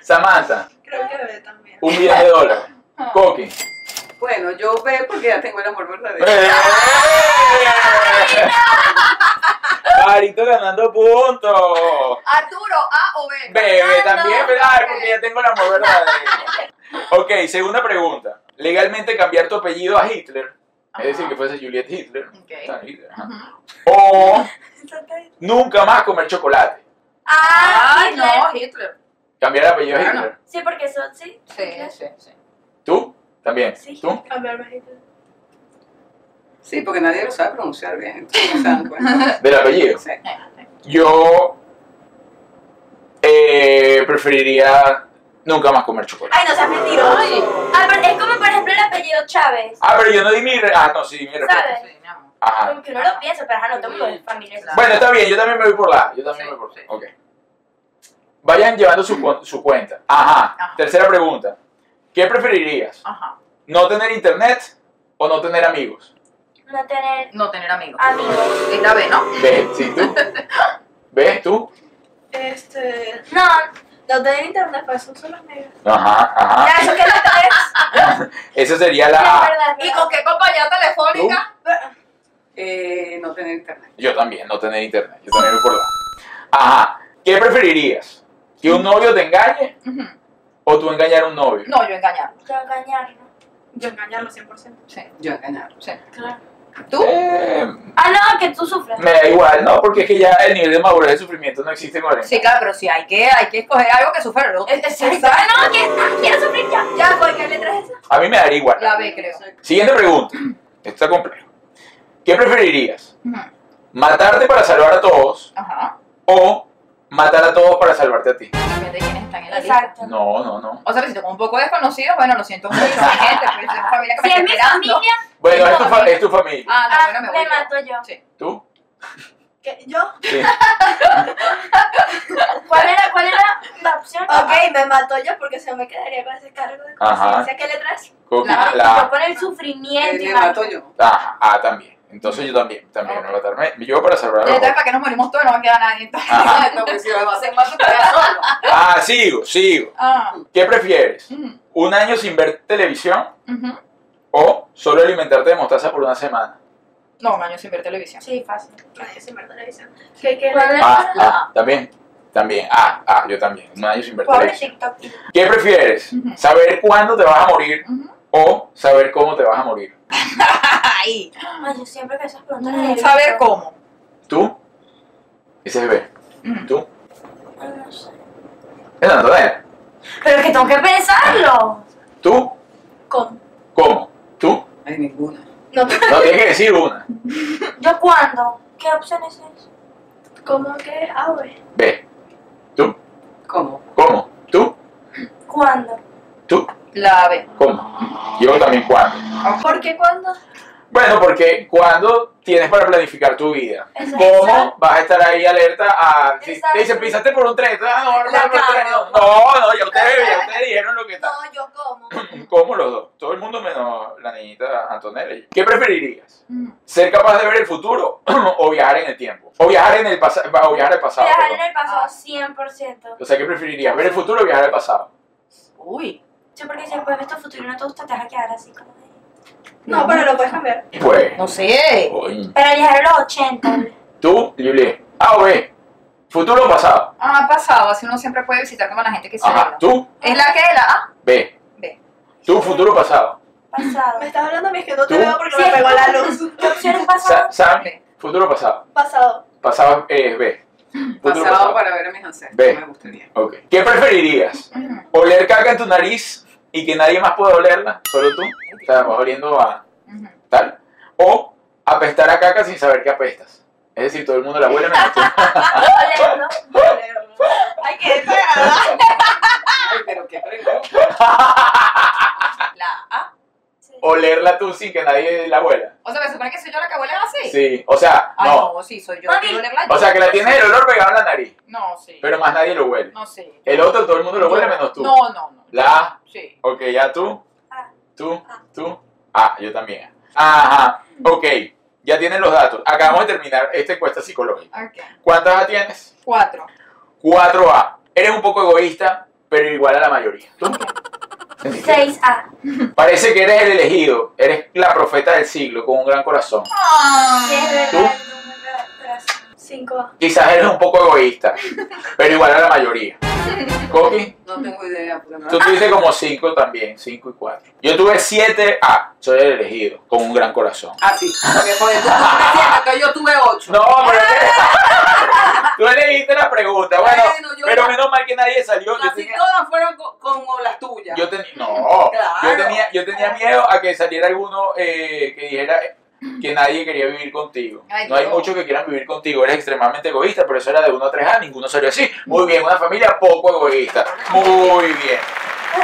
A: Samantha,
F: creo que ve también.
A: un millón de dólares. Coqui.
B: Bueno, yo ve porque ya tengo el amor verdadero.
A: ¡Eh! Carito ganando puntos.
C: Arturo, A o B.
A: Bebé
C: Ganando.
A: también, ¿verdad?
C: Ok.
A: Porque ya tengo el amor verdadero. Ok, segunda pregunta. ¿Legalmente cambiar tu apellido a Hitler? Es decir,
C: Ajá.
A: que fuese Juliet Hitler. Ah, Hitler, ajá.
C: Ujú.
A: O nunca más comer chocolate.
D: Ah,
C: Ay,
D: Hitler.
C: no, Hitler.
A: Cambiar el apellido a
C: Claro.
A: Hitler.
D: Sí, porque eso sí.
C: Sí, sí, sí.
A: ¿Tú? También.
D: Sí.
A: ¿Tú?
F: Cambiarme Hitler.
B: Sí, porque nadie lo sabe pronunciar bien. entonces no se dan cuenta.
A: Del apellido.
B: Sí.
A: Yo eh, preferiría nunca más comer chocolate.
D: Ay, no seas mentiroso. Ah, pero es como por ejemplo el apellido Chávez.
A: Ah, pero yo no di mi... re- Ah, no, sí, di mi respuesta.
D: ¿Sabes?
C: Sí, mi amor.
A: Ajá.
D: Como que no lo pienso, pero ajá, no tengo mi familia.
C: Claro.
A: Bueno, está bien, yo también me voy por la A. Yo también
C: Sí,
A: me voy por la
C: sí.
A: A. Ok. Vayan llevando su, cu- su cuenta. Ajá.
C: Ajá.
A: Tercera pregunta. ¿Qué preferirías?
C: Ajá.
A: ¿No tener internet o no tener amigos?
D: No tener
C: No tener amigos.
D: amigos.
C: Es la B, ¿no?
A: ¿Ves? ¿Sí, tú? ¿Ves? ¿Tú?
F: Este.
D: No,
F: No tener internet,
D: pues,
F: para eso son los negros.
A: Ajá, ajá.
D: ya, eso que no es.
A: Esa sería
D: Es
F: Ah.
A: la A.
D: verdad.
C: ¿Y con qué compañía telefónica?
B: Eh, no tener internet.
A: Yo también, no tener internet. Yo también voy por la A. Ajá. ¿Qué preferirías? ¿Que un novio te engañe
C: Ujú.
A: o tú engañar a un novio?
C: No, yo engañar.
D: Tengo que engañarlo.
F: Yo engañarlo 100%.
C: Sí.
B: Yo engañarlo.
C: ¿Tú?
A: Eh,
D: Ah, no, que tú sufras.
A: me da igual, no, porque es que ya el nivel de madurez de sufrimiento no existe con el
C: Sí, claro, pero sí hay que, hay que escoger algo que sufra el otro.
D: Ah, no, que ah, quiero sufrir ya.
F: Ya, ¿por qué letra es esa?
A: A mí me daría igual.
C: La B, creo.
G: Eh,
A: Siguiente pregunta. Esto está complejo. ¿Qué preferirías?
C: Ujú.
A: ¿Matarte para salvar a todos
C: Ajá.
A: o matar a todos para salvarte a ti?
C: Depende de quiénes están en la lista.
D: Exacto.
A: No, no, no.
C: O sea, que si tengo un poco desconocido, bueno, lo siento mucho, mi gente, pero es una familia
D: Si
C: que me está
D: es mi
C: esperando.
D: familia,
A: Bueno, es tu, fa- es tu familia.
C: Ah, no,
D: ah,
C: bueno, me voy.
D: me
C: yo.
D: mato yo.
A: ¿Tú?
F: ¿Qué? ¿Yo?
A: Sí.
D: ¿Cuál era, cuál era la opción?
F: Ok, me mató yo porque se me quedaría con ese cargo de
A: Ajá.
F: conciencia. ¿Qué letra es?
A: Coqui,
C: La
D: Ay,
A: la
D: Yo por el
B: Eh,
D: sufrimiento y
B: me
D: mal.
B: mato yo.
A: Ajá, ah, también. Entonces yo también, también
C: Ok.
A: no matarme. Yo para salvar a los
C: Entonces,
A: otros.
C: ¿para qué nos morimos todos? No va a quedar nadie. Entonces,
A: Ajá.
C: no, pues si lo vas a hacer más, tú te quedas solo.
A: Ah, sigo, sigo.
C: Ah.
A: ¿Qué prefieres?
C: Ujú.
A: ¿Un año sin ver televisión
C: Ujú.
A: o solo alimentarte de mostaza por una semana?
C: No, un año sin ver televisión.
D: Sí, fácil.
F: Ay, se me televisión. ¿Qué, qué
D: ¿Cuál
F: letra?
D: era?
A: Ah, ah, también. También, ah, ah, yo también. Un año sin ver
D: Pobre
A: televisión.
D: TikTok.
A: ¿Qué prefieres?
C: Ujú.
A: ¿Saber cuándo te vas a morir
C: Ujú.
A: o saber cómo te vas a morir?
C: Ay,
D: Ay, yo siempre que esas preguntas de
C: mm,
D: adulto.
C: saber cómo.
A: ¿Tú? Ese es B.
C: Ujú.
A: ¿Tú?
D: Ay, no sé.
A: Es Antonella.
D: Pero es que tengo que pensarlo.
A: ¿Tú?
F: ¿Cómo?
A: ¿Cómo? ¿Tú?
B: Ay, ninguna.
F: No,
A: No, tienes que decir una.
D: ¿Yo cuándo? ¿Qué opción es esa?
F: ¿Cómo que? Ah, güey.
A: B. ¿Tú?
B: ¿Cómo?
A: ¿Cómo? ¿Tú?
D: ¿Cuándo?
A: ¿Tú?
C: La B.
A: ¿Cómo? Yo también cuándo.
D: Ah.
F: ¿Por qué cuándo?
A: Bueno, porque cuando tienes para planificar tu vida,
D: Exacto.
A: ¿cómo vas a estar ahí alerta a... Si
D: Exacto.
A: te dicen, pisaste por un tren, ah, no, no,
B: La
A: no, por un tren, no,
B: cara.
A: no, no, ya ustedes, ya ustedes dijeron lo que está.
F: No, yo como.
A: ¿Cómo los dos? Todo el mundo menos la niñita Antonella. ¿Qué preferirías?
D: Mm.
A: ¿Ser capaz de ver el futuro o viajar en el tiempo? O viajar en el pasado, o viajar al pasado.
D: Viajar en
A: perdón.
D: el pasado 100%.
C: Ah.
A: O sea, ¿qué preferirías? ¿Ver el futuro o viajar al pasado?
C: Uy.
D: Sí, porque si después ves tu futuro y no te gusta, te vas a quedar así como de...
F: No, pero lo puedes cambiar.
A: Pues,
C: No sé.
A: coño.
D: Pero viajar a los 80.
A: tú, Lili. A o B. ¿Futuro o pasado?
C: Ah, pasado, así uno siempre puede visitar como la gente que se
A: Ajá,
C: habla.
A: tú,
C: Es la que la A.
A: B.
C: B.
A: ¿Tú, futuro o pasado?
D: Pasado.
F: Me estás hablando a mí, es que no te
A: ¿Tú?
F: veo porque
D: Sí.
F: me pegó la luz.
D: ¿Qué opción es
A: Sa-
D: pasado?
A: Sam,
C: B.
A: ¿futuro o pasado?
F: Pasado.
A: Pasado es B. Futuro o
G: Pasado para ver a mis ancestros.
A: Ve.
G: Me gustaría.
A: Ok. ¿Qué preferirías?
C: Ujú.
A: ¿Oler caca en tu nariz y que nadie más pueda olerla? Solo tú. O sea, vas oliendo a
C: Ujú.
A: tal. O apestar a caca sin saber que apestas. Es decir, todo el mundo la huele menos tú.
D: Olerlo.
F: Ay, que
G: Ay, pero qué pregunta.
A: Ah.
C: La A.
A: Olerla tú sin que nadie la huela.
C: O sea, me supone que soy yo la que huele así.
A: Sí. O sea,
C: Ay,
A: no.
C: no, sí, soy yo.
D: Mami.
C: Quiero olerla yo.
A: O sea, que la tienes el olor pegado en la nariz,
C: No, sí.
A: pero más nadie lo huele.
C: No sé.
A: El otro todo el mundo lo huele menos tú.
C: No, no, no.
A: La A.
C: Sí.
A: Ok, ya tú.
D: Ah.
A: Tú. Tú. Ah, yo también. Ajá. Ok. Ya tienen los datos. Acabamos de terminar esta encuesta psicológica.
C: Ok.
A: ¿Cuántas A tienes?
C: Cuatro.
A: 4A. Eres un poco egoísta, pero igual a la mayoría. ¿Tú?
D: 6A.
A: Parece que eres el elegido. Eres la profeta del siglo con un gran corazón.
D: Sí, es verdad.
A: ¿Tú?
D: el número de corazón.
F: 5.
A: Quizás eres un poco egoísta, pero igual a la mayoría. Coqui,
G: No tengo idea. Porque no
A: tú tuviste como 5 también, 5 y 4. Yo tuve 7A. Soy el elegido con un gran corazón.
G: Ah, sí. Porque joder, tú tuviste siete, entonces yo tuve ocho.
A: No, pero tú elegiste la pregunta. Bueno,
G: Bueno, yo
A: pero
G: no-
A: menos mal que nadie salió. Yo
G: Casi
A: tenía-
G: todas fueron co- como las tuyas.
A: Yo tenía,
G: Claro.
A: no, yo tenía, yo tenía miedo a que saliera alguno eh, que dijera que nadie quería vivir contigo.
C: Ay,
A: no hay
C: no.
A: muchos que quieran vivir contigo, eres extremadamente egoísta, pero eso era de 1 a 3A, ninguno salió así. Muy bien, una familia poco egoísta. Muy bien.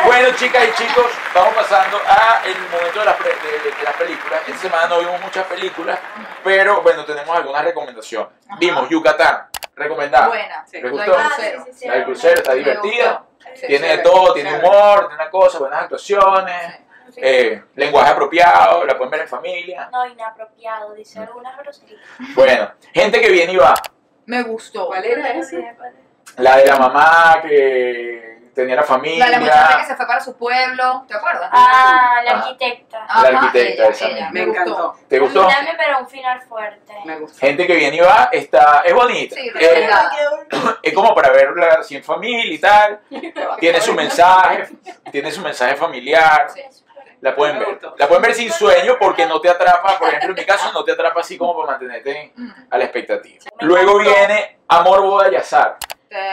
A: Bueno, chicas y chicos, vamos pasando a el momento de las, pre- de- de las películas. Esta semana no vimos muchas películas, pero bueno, tenemos algunas recomendaciones.
C: Ajá.
A: Vimos Yucatán, recomendada.
C: Buena.
G: Sí.
A: ¿Les
C: La
A: gustó?
C: del
F: Ah, sí,
C: crucero.
F: sí, sí.
A: La del crucero está
C: Me
A: divertida,
C: gustó.
A: tiene de
G: chévere,
A: todo, tiene
G: chévere.
A: humor, tiene una cosa, buenas actuaciones.
D: Sí.
A: Eh, lenguaje apropiado, la pueden ver en familia.
D: No, inapropiado. Dice algunas groserías.
A: Bueno, gente que viene y va.
C: Me gustó.
G: ¿Cuál era
D: No
G: esa?
D: sé cuál es.
A: La de la mamá que tenía la
C: La
A: familia.
C: de la muchacha que se fue para su pueblo. ¿Te acuerdas?
D: Ah, la
A: Ah.
D: arquitecta.
C: Ajá,
A: arquitecta,
C: ella,
A: esa
C: ella.
A: misma.
G: Me encantó.
A: ¿Te
D: A mí
A: gustó?
D: también, pero un final fuerte.
G: Me gustó.
A: Gente que viene y va, está, es bonita.
C: Sí,
A: Eh,
C: recomendada.
A: es como para verla así en familia y tal. Tiene su mensaje, tiene su mensaje familiar.
C: Sí.
A: La pueden
G: Me
A: ver.
G: gustó.
A: La pueden ver sin sueño porque no te atrapa, por ejemplo, en mi caso, no te atrapa así como para mantenerte
C: Mm.
A: a la expectativa.
D: Me
A: Luego
D: encantó.
A: viene Amor, Boda y Azar.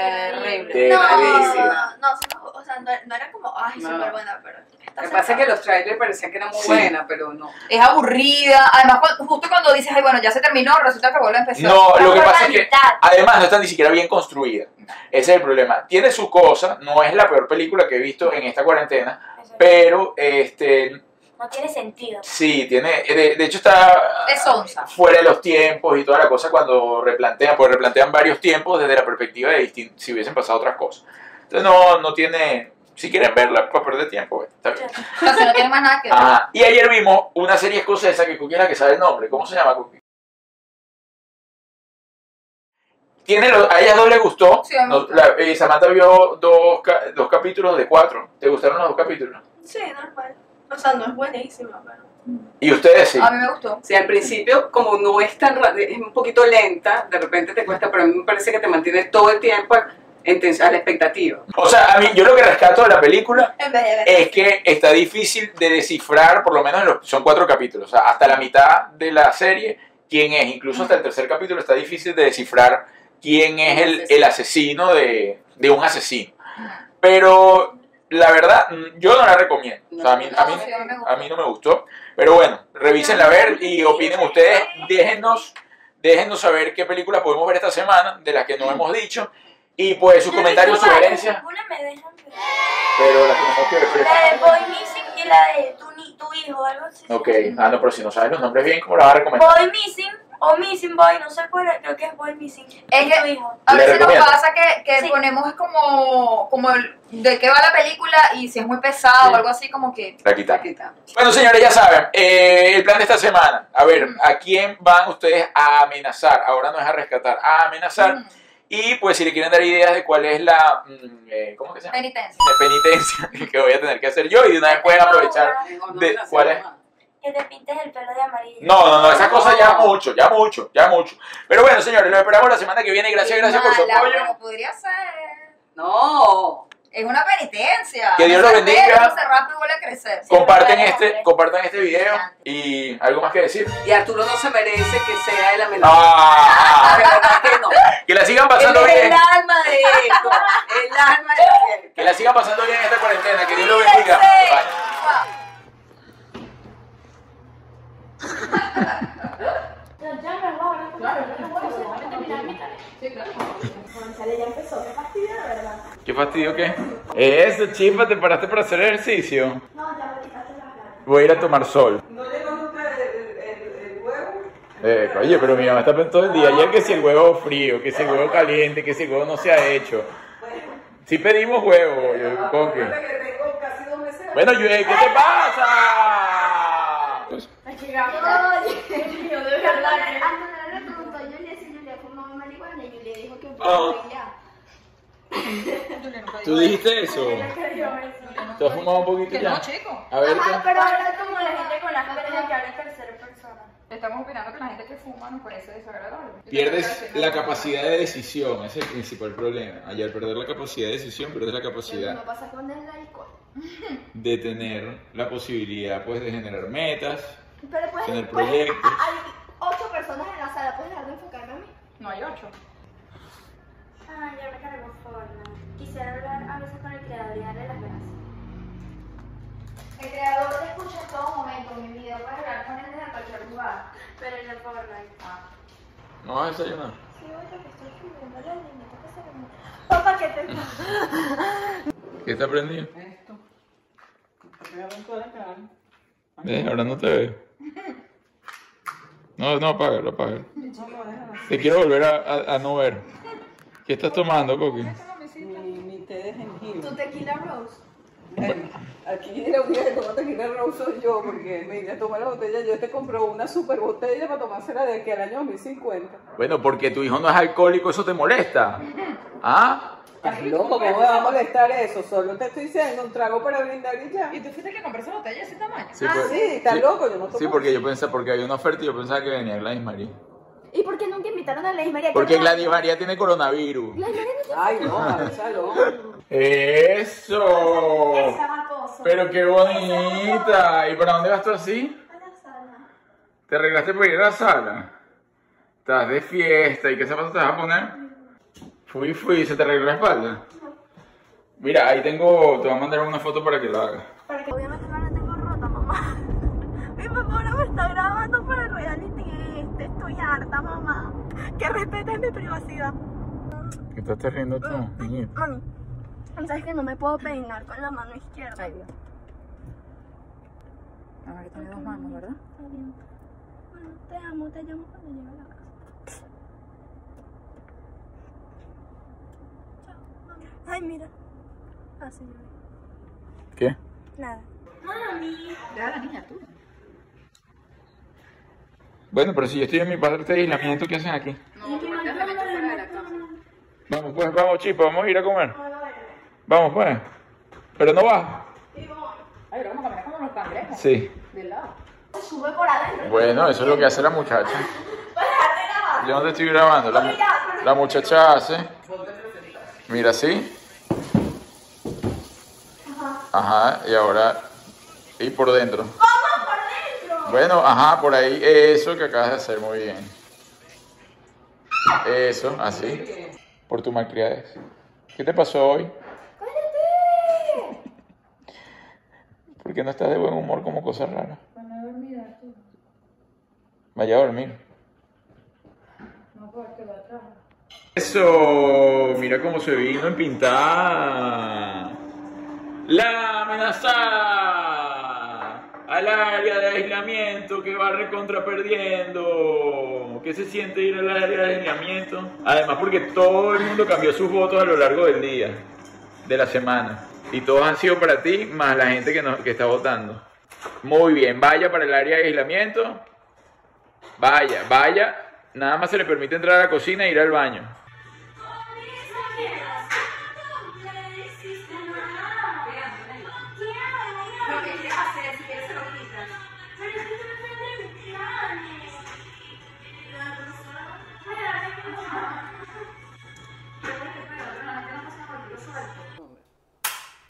C: Terrible.
A: Terrible.
F: No, no, se nos- o sea, no, no era como, ay,
G: No.
F: súper buena, pero.
G: Lo que pasa es que los trailers parecían que era muy
A: Sí.
G: buena, pero no.
C: Es aburrida. Además, cuando- justo cuando dices, ay, bueno, ya se terminó, resulta que vuelve a empezar.
A: No, lo que
D: Por
A: pasa
D: la
A: es que
D: mitad.
A: además no está ni siquiera bien construida. Ese es el problema. Tiene su cosa, no es la peor película que he visto en esta cuarentena,
D: Eso
A: pero este
D: No tiene sentido.
A: sí, tiene. De, de hecho, está
C: Es sonsa.
A: fuera de los tiempos y toda la cosa cuando replantean, pues replantean varios tiempos desde la perspectiva de distin- si hubiesen pasado otras cosas. Entonces, no, no tiene. Si quieren verla, para perder tiempo, bueno, está bien.
C: Entonces no tiene más nada que ver.
A: Ajá. Ah, Y ayer vimos una serie escocesa que Cookie es la que sabe el nombre. ¿Cómo se llama Cookie? Tiene los- a ellas dos les gustó.
C: Sí, a mí me
A: Nos-
C: gustó.
A: la- eh, Samantha vio dos, ca- dos capítulos de cuatro. ¿Te gustaron los dos capítulos?
F: Sí, normal. O sea, no es buenísima, pero.
A: Y ustedes sí.
C: A mí me gustó.
G: Sí, al principio, como no es tan ra- es un poquito lenta, de repente te cuesta, pero a mí me parece que te mantiene todo el tiempo en tensión, a la expectativa.
A: O sea, a mí, yo lo que rescato de la película
F: En vez de ver.
A: es que está difícil de descifrar, por lo menos en los- son cuatro capítulos. O sea, hasta la mitad de la serie, quién es. Incluso hasta el tercer capítulo está difícil de descifrar quién es el, el asesino de, de un asesino. Pero la verdad, mm, yo no la recomiendo. O sea, a, mí, a, mí,
C: No, sí, a mí me gustó.
A: a mí no me gustó. Pero bueno, revísenla a ver y opinen ustedes. Déjenos, déjenos saber qué películas podemos ver esta semana, de las que no hemos dicho. Y pues sus
D: Yo no
A: comentarios,
D: digo, "Ay,
A: sugerencias.
D: ninguna me dejan ver".
A: Pero las tenemos que ver.
D: La de Boy Missing y la de Tuni tu hijo, algo así.
A: Ok, ah, no, pero si no sabes los nombres bien, ¿cómo la vas a recomendar?
D: Boy Missing o Missing Boy, no sé cuál, es, creo que es Boy Missing.
C: Es
D: tu
C: que-
D: hijo.
C: A
A: Le
C: veces nos
A: recomiendo.
C: pasa que, que
D: Sí.
C: ponemos como, como el- de qué va la película y si es muy pesado
G: Sí.
C: o algo así, como que.
A: La quitamos.
G: Aquí está.
A: Bueno, señores, ya saben, eh, el plan de esta semana. A ver, ¿a quién van ustedes a amenazar? Ahora no es a rescatar, a amenazar.
C: mm,
A: Y pues si le quieren dar ideas de cuál es la... mm, eh, ¿Cómo que se llama?
C: penitencia.
A: La penitencia que voy a tener que hacer yo y de una vez pueden aprovechar.
G: Digo, no
A: De-
G: me la sé
A: ¿cuál es?
G: más.
D: Que te pintes el pelo de amarillo.
A: No, no, no, esa cosa ya mucho, ya mucho, ya mucho. Pero bueno, señores, lo esperamos la semana que viene. Gracias,
C: Qué
A: gracias por su
C: mala,
A: apoyo.
C: pero Ah, podría ser.
G: No.
C: Es una penitencia.
A: Que Dios
C: No
A: lo
C: se
A: bendiga.
C: espera, no se rapa y vuelve a crecer.
A: Comparten
D: pero
A: este,
D: hombre.
A: compartan este video y algo más que decir.
G: Y Arturo no se merece que sea el amenazador.
A: Ah,
G: De verdad que no.
A: que la sigan pasando
G: Él es el
A: bien.
G: alma de esto. El alma de esto.
A: Que la sigan pasando bien esta cuarentena. Que Dios lo bendiga. Bye. ¿Qué fastidio qué? Eso, chifa, te paraste para hacer ejercicio. Voy a ir a tomar sol.
G: ¿No llegó nunca el, huevo?
A: Eh, oye, pero mi mamá está pensando todo el día. Ayer que si el huevo frío, que si el huevo caliente, que si el huevo no se ha hecho. Sí pedimos huevo, yo, Coque.
G: que tengo casi dos meses.
A: Bueno, yo, ¿qué te pasa?
E: Yo de
D: ¿eh?
E: verdad. Antonella le preguntó a Julia si Julia fumaba marihuana y Julia dijo que un poco y
A: Ah,
E: ya.
H: pues,
A: ¿Tú dijiste eso? ¿Tú has fumado un poquito ya?
H: chico.
A: A ver, ¿qué?
E: Ajá, pero
D: Ahora
E: ahora
D: es como la gente con las perlas que habla en tercera persona.
H: Estamos opinando que la gente que fuma nos parece desagradable.
A: pierdes la capacidad de decisión, ese es el principal problema. Al perder la capacidad de decisión, pierdes la
E: lo mismo
A: capacidad
E: pasa con el alcohol.
A: de tener la posibilidad pues, de generar metas.
E: Pero pues, puedes,
A: Tener
E: puedes-
A: proyectos.
E: a- hay ocho personas en la sala, ¿puedes dejar de enfocarme a mí?
H: No hay ocho.
D: Ah, yo me cargo Fortnite. Quisiera hablar a veces con el creador y darle las gracias.
E: El creador te escucha en todo momento, mi vida, puedes hablar con él desde cualquier lugar. Ah.
D: Pero el de Fortnite.
A: ¿No vas a desayunar?
E: Sí, oye, que estoy fumando la niña, ¿qué pasa con Papá, ¿qué te pasa?
A: ¿Qué te aprendiendo?
G: Esto. Te voy a dar toda la cara.
A: ahora no te veo. No, no, apágalo, apágalo.
G: No, no, déjalo así.
A: Te quiero volver a, a- a no ver. ¿Qué estás tomando, Coqui?
G: Mi, mi té de jengibre.
E: Tu tequila rose.
G: Eh, Aquí la única que toma tequila rose soy yo, porque me iré a tomar la botella. Yo te compro una super botella para tomársela de aquí al año 2050.
A: Bueno, porque tu hijo no es alcohólico, eso te molesta. ¿Ah?
G: Estás loco, ¿cómo me va a molestar eso? Solo te estoy diciendo un trago para brindar y ya.
H: ¿Y tú fuiste que compré esa botella de ese tamaño?
A: Sí,
G: Ah, sí, estás loco, yo no tomo.
A: Sí, porque yo pensaba, porque había una oferta y yo pensaba que venía Gladys María.
E: ¿Y por qué nunca invitaron a Lady María?
A: Porque
E: ¿Qué pasa?
A: Gladys María tiene coronavirus.
G: Ay, no, avísalo.
A: ¡Eso!
E: Esa baboso.
A: Pero qué bonita. ¿Y para dónde vas tú así?
E: A la sala.
A: ¿Te arreglaste para ir a la sala? Estás de fiesta. ¿Y qué zapatos te vas a poner? Fui, fui. ¿Se te arregló la espalda? Mira, ahí tengo... Te voy a mandar una foto para que la hagas.
E: Obviamente no la tengo rota, mamá. Mi papá ahora me está grabando para el reality este. Estoy harta, mamá. Que respetes mi privacidad.
A: ¿Qué te estás riendo tú, niñito?
E: Mami, ¿sabes que no me puedo peinar con la mano izquierda?
H: Ay, Dios. A ver, tiene dos manos, ¿verdad?
E: Bueno, te amo, te llamo cuando llegue a la casa. Chao, mamá. Ay, mira.
D: Ah,
E: Así yo.
A: ¿Qué?
E: Nada.
H: Ya, la niña, tú.
A: Bueno, pero si yo estoy en mi padre de aislamiento, ¿qué hacen aquí?
H: No, porque te metes fuera de la casa.
A: Vamos, pues, vamos, chipa. Vamos a ir a comer. Vamos, pues. ¿Pero no vas?
H: Ay, pero vamos a caminar como los cangrejos.
A: Sí.
H: Del lado.
E: Sube por adentro.
A: Bueno, eso es lo que hace la muchacha. Yo no te estoy grabando. La, mu- la muchacha hace. Mira así. Ajá, y ahora. Y por dentro. Bueno, ajá, por ahí. Eso que acabas de hacer, muy bien. Eso, así. Por tu malcriadez. ¿Qué te pasó hoy? ¿Por qué no estás de buen humor como cosa rara? Vaya a dormir. Eso, mira cómo se vino en pintar. La amenaza. A al área de aislamiento que va recontraperdiendo. ¿Qué se siente ir al área de aislamiento? Además porque todo el mundo cambió sus votos a lo largo del día, de la semana. Y todos han sido para ti, más la gente que, no- que está votando. Muy bien, vaya para el área de aislamiento. Vaya, vaya. Nada más se le permite entrar a la cocina e ir al baño.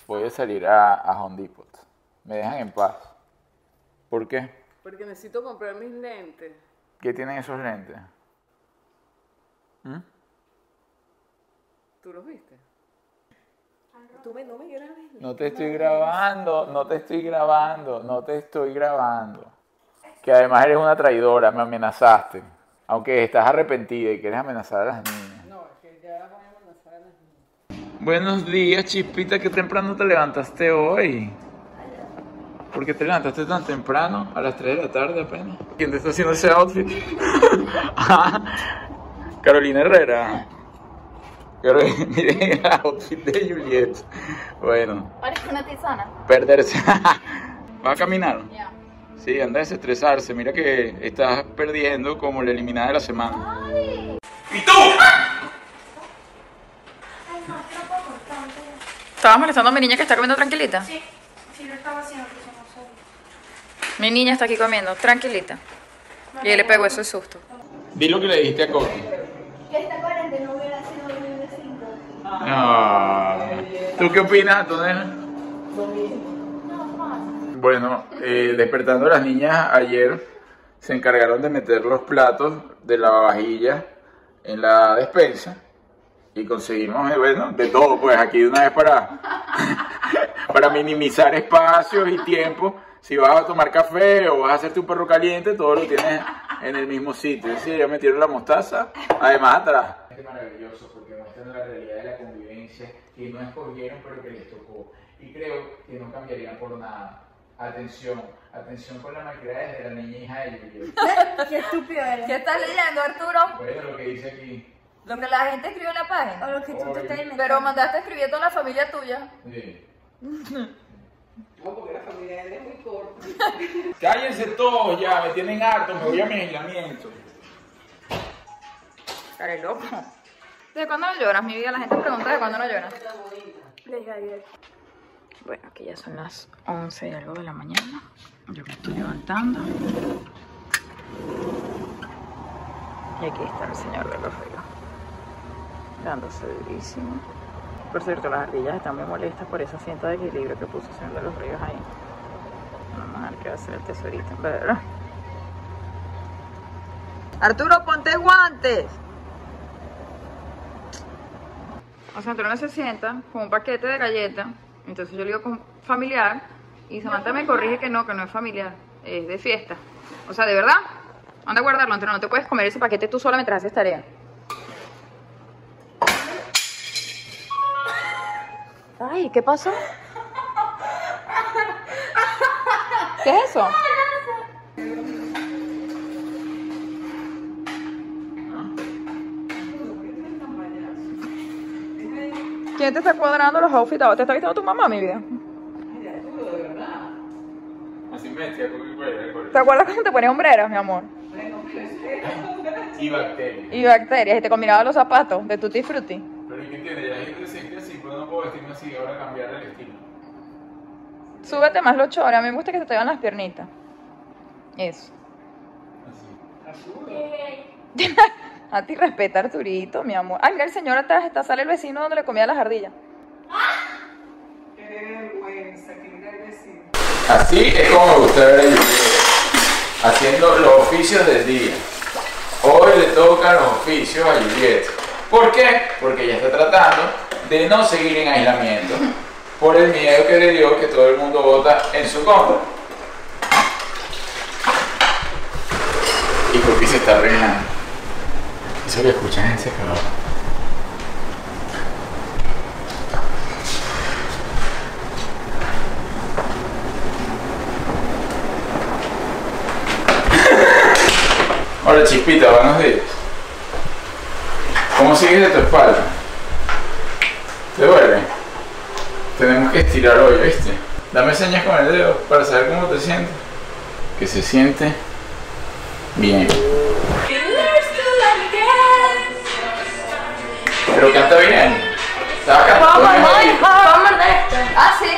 A: Voy a salir a, a Home Depot. Me dejan en paz. ¿Por qué?
B: Porque necesito comprar mis lentes.
A: ¿Qué tienen esos lentes? ¿Mm?
B: ¿Tú los viste? Tú me, no me grabes.
A: No te estoy grabando, no te estoy grabando, no te estoy grabando. Que además eres una traidora, me amenazaste. Aunque estás arrepentida y quieres amenazar a las niñas.
B: No, es que ya la voy a amenazar a las niñas.
A: Buenos días, Chispita, que temprano te levantaste hoy. ¿Por qué te levantaste tan temprano? A las 3 de la tarde apenas. ¿Quién te está haciendo ese outfit? Ah, Carolina Herrera. Carolina, miren el outfit de Juliet. Bueno,
I: Parece una tisana.
A: perderse. ¿Va a caminar?
I: Ya.
A: Sí, anda a desestresarse. Mira que estás perdiendo como la eliminada de la semana. ¿Y tú?
C: ¿Estabas molestando a mi niña que está comiendo tranquilita?
E: Sí, sí lo estaba haciendo, pero no sabía.
C: Mi niña está aquí comiendo tranquilita. Y él le pegó ese susto.
A: Di lo que le dijiste a Coqui.
D: Que esta cuarentena hubiera sido 2005.
A: Ah, ¿Tú qué opinas, Antonella? Bueno, eh, despertando a las niñas ayer, se encargaron de meter los platos de la vajilla en la despensa y conseguimos, eh, bueno, de todo, pues aquí de una vez para, para minimizar espacios y tiempo. Si vas a tomar café o vas a hacerte un perro caliente, todo lo tienes en el mismo sitio. Es decir, ya metieron la mostaza, además atrás. Es maravilloso porque muestran la realidad de la convivencia que no escogieron pero que les tocó. Y creo que no cambiarían por nada. Atención, atención con la malcriadez de la niña hija de Yuri.
D: Qué estúpido eres.
I: ¿Qué estás leyendo, Arturo?
A: Bueno, lo que dice aquí.
I: Lo que la gente escribió en la página.
D: lo que tú te estás
I: Pero mandaste escribiendo a la familia tuya.
A: Sí.
B: No, porque la familia de él es muy corta.
A: Cállense todos ya, me tienen harto, me voy a mi aislamiento.
C: Estaré loco. ¿Desde cuándo no lloras? Mi vida, la gente pregunta de cuándo no lloras. Bueno, aquí ya son las 11 y algo de la mañana. Yo me estoy levantando. Y aquí está el señor de los ríos. Dándose durísimo. Por cierto, las ardillas están muy molestas por esa cinta de equilibrio que puso el señor de los ríos ahí. Vamos a ver qué va a hacer el tesorito, ¿verdad?
J: Arturo, ponte guantes.
C: O sea, Antonio se sienta con un paquete de galletas. Entonces yo le digo con familiar. Y Samantha me corrige que no, que no es familiar. Es de fiesta. O sea, de verdad. Anda a guardarlo, Antonio. No te puedes comer ese paquete tú sola mientras haces tarea. Ay, ¿qué pasó? ¿Qué es eso? ¿Quién te está cuadrando los outfits? ¿Te está vistiendo tu mamá, mi vida?
A: Así bestia, porque
C: ¿Te acuerdas cuando te ponías hombreras, mi amor?
A: Y bacterias.
C: Y bacterias, y te combinaba los zapatos de Tutti Frutti.
A: Pero ¿y qué entiendes? Ya yo crecí así, pero no puedo vestirme así, ahora cambiar el estilo.
C: Súbete más los chores, a mí me gusta que se te vean las piernitas. Eso.
A: Así.
C: A ti respeta, Arturito, mi amor. Ay, mira, el señor atrás está, sale el vecino donde le comía las ardillas.
B: Qué vergüenza, que mira el vecino.
A: Así es como me gusta ver a Yuri, haciendo los oficios del día. Hoy le tocan los oficios a Juliet. ¿Por qué? Porque ella está tratando de no seguir en aislamiento por el miedo que le dio que todo el mundo vota en su contra. ¿Y por qué se está arreglando? Eso que escuchan es el secador. Hola Chispita, buenos días. ¿Cómo sigues de tu espalda? ¿Te duele? Tenemos que estirar hoy, ¿viste? Dame señas con el dedo para saber cómo te sientes. Que se siente bien. Pero canta bien. Estaba cantando mejor.
D: Vamos a morder esto.
C: Ah, sí.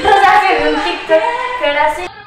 D: O sea, que vi un TikTok que era así.